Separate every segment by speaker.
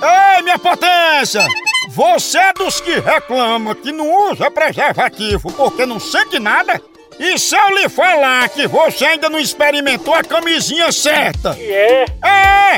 Speaker 1: Dona Potência! Você é dos que reclama que não usa preservativo porque não sente nada? E se eu lhe falar que você ainda não experimentou a camisinha certa?
Speaker 2: E é?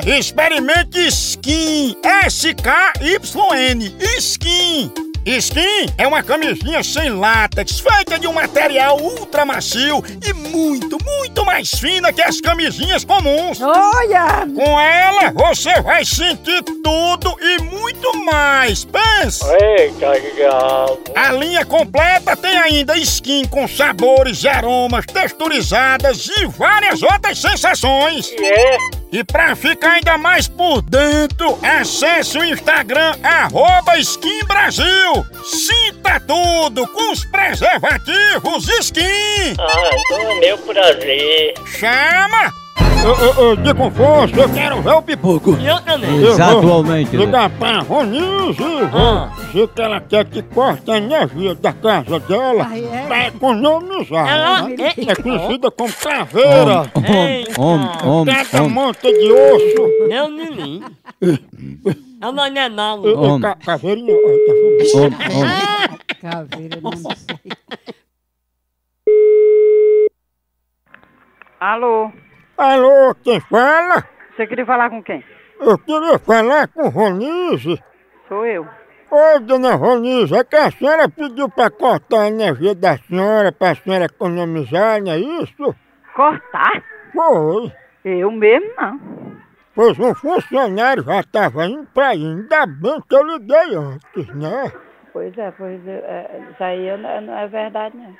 Speaker 1: É, experimente Skin. S-K-Y-N. Skin. Skin é uma camisinha sem látex, feita de um material ultra macio e muito, muito mais fina que as camisinhas comuns.
Speaker 3: Olha!
Speaker 1: Com ela, você vai sentir tudo e muito mais. Pensa!
Speaker 2: Eita, diabo.
Speaker 1: A linha completa tem ainda skin com sabores e aromas texturizadas e várias outras sensações.
Speaker 2: E é?
Speaker 1: E pra ficar ainda mais por dentro, acesse o Instagram arroba Skin Brasil. Sinta tudo com os preservativos Skin.
Speaker 2: Ah, então é meu prazer.
Speaker 1: Chama! Ô, ô, ô, de confuso, eu quero ver o pipoco.
Speaker 2: Eu também.
Speaker 4: Exatamente.
Speaker 1: Eu vou
Speaker 4: né?
Speaker 1: ligar pra Ronise,
Speaker 2: Ah.
Speaker 1: se que ela quer que corte a energia da casa dela
Speaker 3: Ah, é?
Speaker 1: pra economizar.
Speaker 2: Ela-
Speaker 1: né?
Speaker 2: é-
Speaker 1: É conhecida como caveira.
Speaker 4: Homem, homem, homem,
Speaker 1: Cada
Speaker 4: homem,
Speaker 1: monta de osso.
Speaker 2: Meu neném. Eu é não é não.
Speaker 1: E- e
Speaker 4: Homem.
Speaker 1: ca- Caveirinha. ai, tá bom.
Speaker 4: homem, homem.
Speaker 3: Caveira, não sei.
Speaker 5: Alô,
Speaker 1: Alô, quem fala?
Speaker 5: você queria falar com quem?
Speaker 1: Eu queria falar com Ronise.
Speaker 5: Sou eu.
Speaker 1: Ô, dona Ronise, é que a senhora pediu pra cortar a energia da senhora pra senhora economizar, não é isso?
Speaker 5: Cortar?
Speaker 1: Foi.
Speaker 5: Eu mesmo não.
Speaker 1: Pois um funcionário já estava indo pra aí, ainda bem que eu liguei antes, né?
Speaker 5: Pois é, pois é, é, isso aí eu não, não é verdade, não.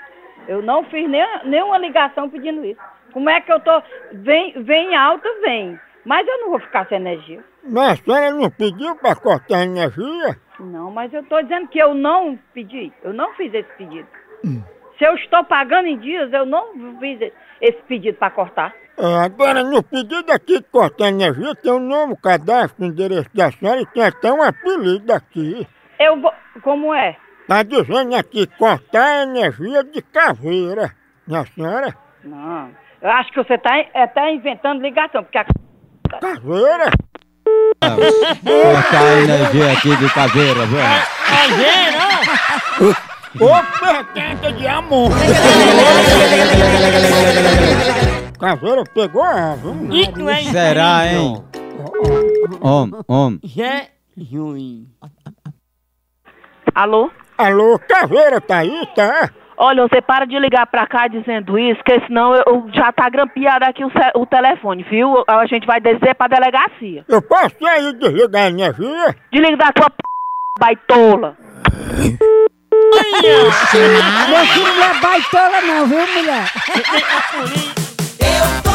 Speaker 5: Eu não fiz nem, nenhuma ligação pedindo isso. Como é que eu tô. Vem, vem alta, vem. Mas eu não vou ficar sem energia.
Speaker 1: Mas a senhora não pediu pra cortar a energia?
Speaker 5: Não, mas eu tô dizendo que eu não pedi. Eu não fiz esse pedido. Se eu estou pagando em dias, eu não fiz e- esse pedido para cortar.
Speaker 1: É, agora, no pedido aqui de cortar a energia, tem o nome, o cadastro, o endereço da senhora e tem até um apelido aqui.
Speaker 5: Eu vou. Como é?
Speaker 1: Tá dizendo aqui, cortar a energia de caveira. Minha senhora,
Speaker 5: Não. Eu acho que você está é, tá inventando ligação, porque a
Speaker 1: caveira?
Speaker 4: Cortar a energia aqui de caveira, velho.
Speaker 1: Ô, pertenta de amor! caveira pegou a ave, hein?
Speaker 2: Isso não é
Speaker 4: Será, hein? Homem, homem.
Speaker 2: Zé Juiz.
Speaker 6: Alô?
Speaker 1: Alô, caveira, tá aí, tá?
Speaker 6: Olha, você para de ligar pra cá dizendo isso, que senão eu, eu já tá grampeado aqui o, ce- o telefone, viu? A gente vai descer pra delegacia.
Speaker 1: Eu posso ir aí desligar a energia?
Speaker 6: Desliga da tua p... baitola.
Speaker 3: Meu filho não é baitola não, viu, mulher?
Speaker 7: Eu tô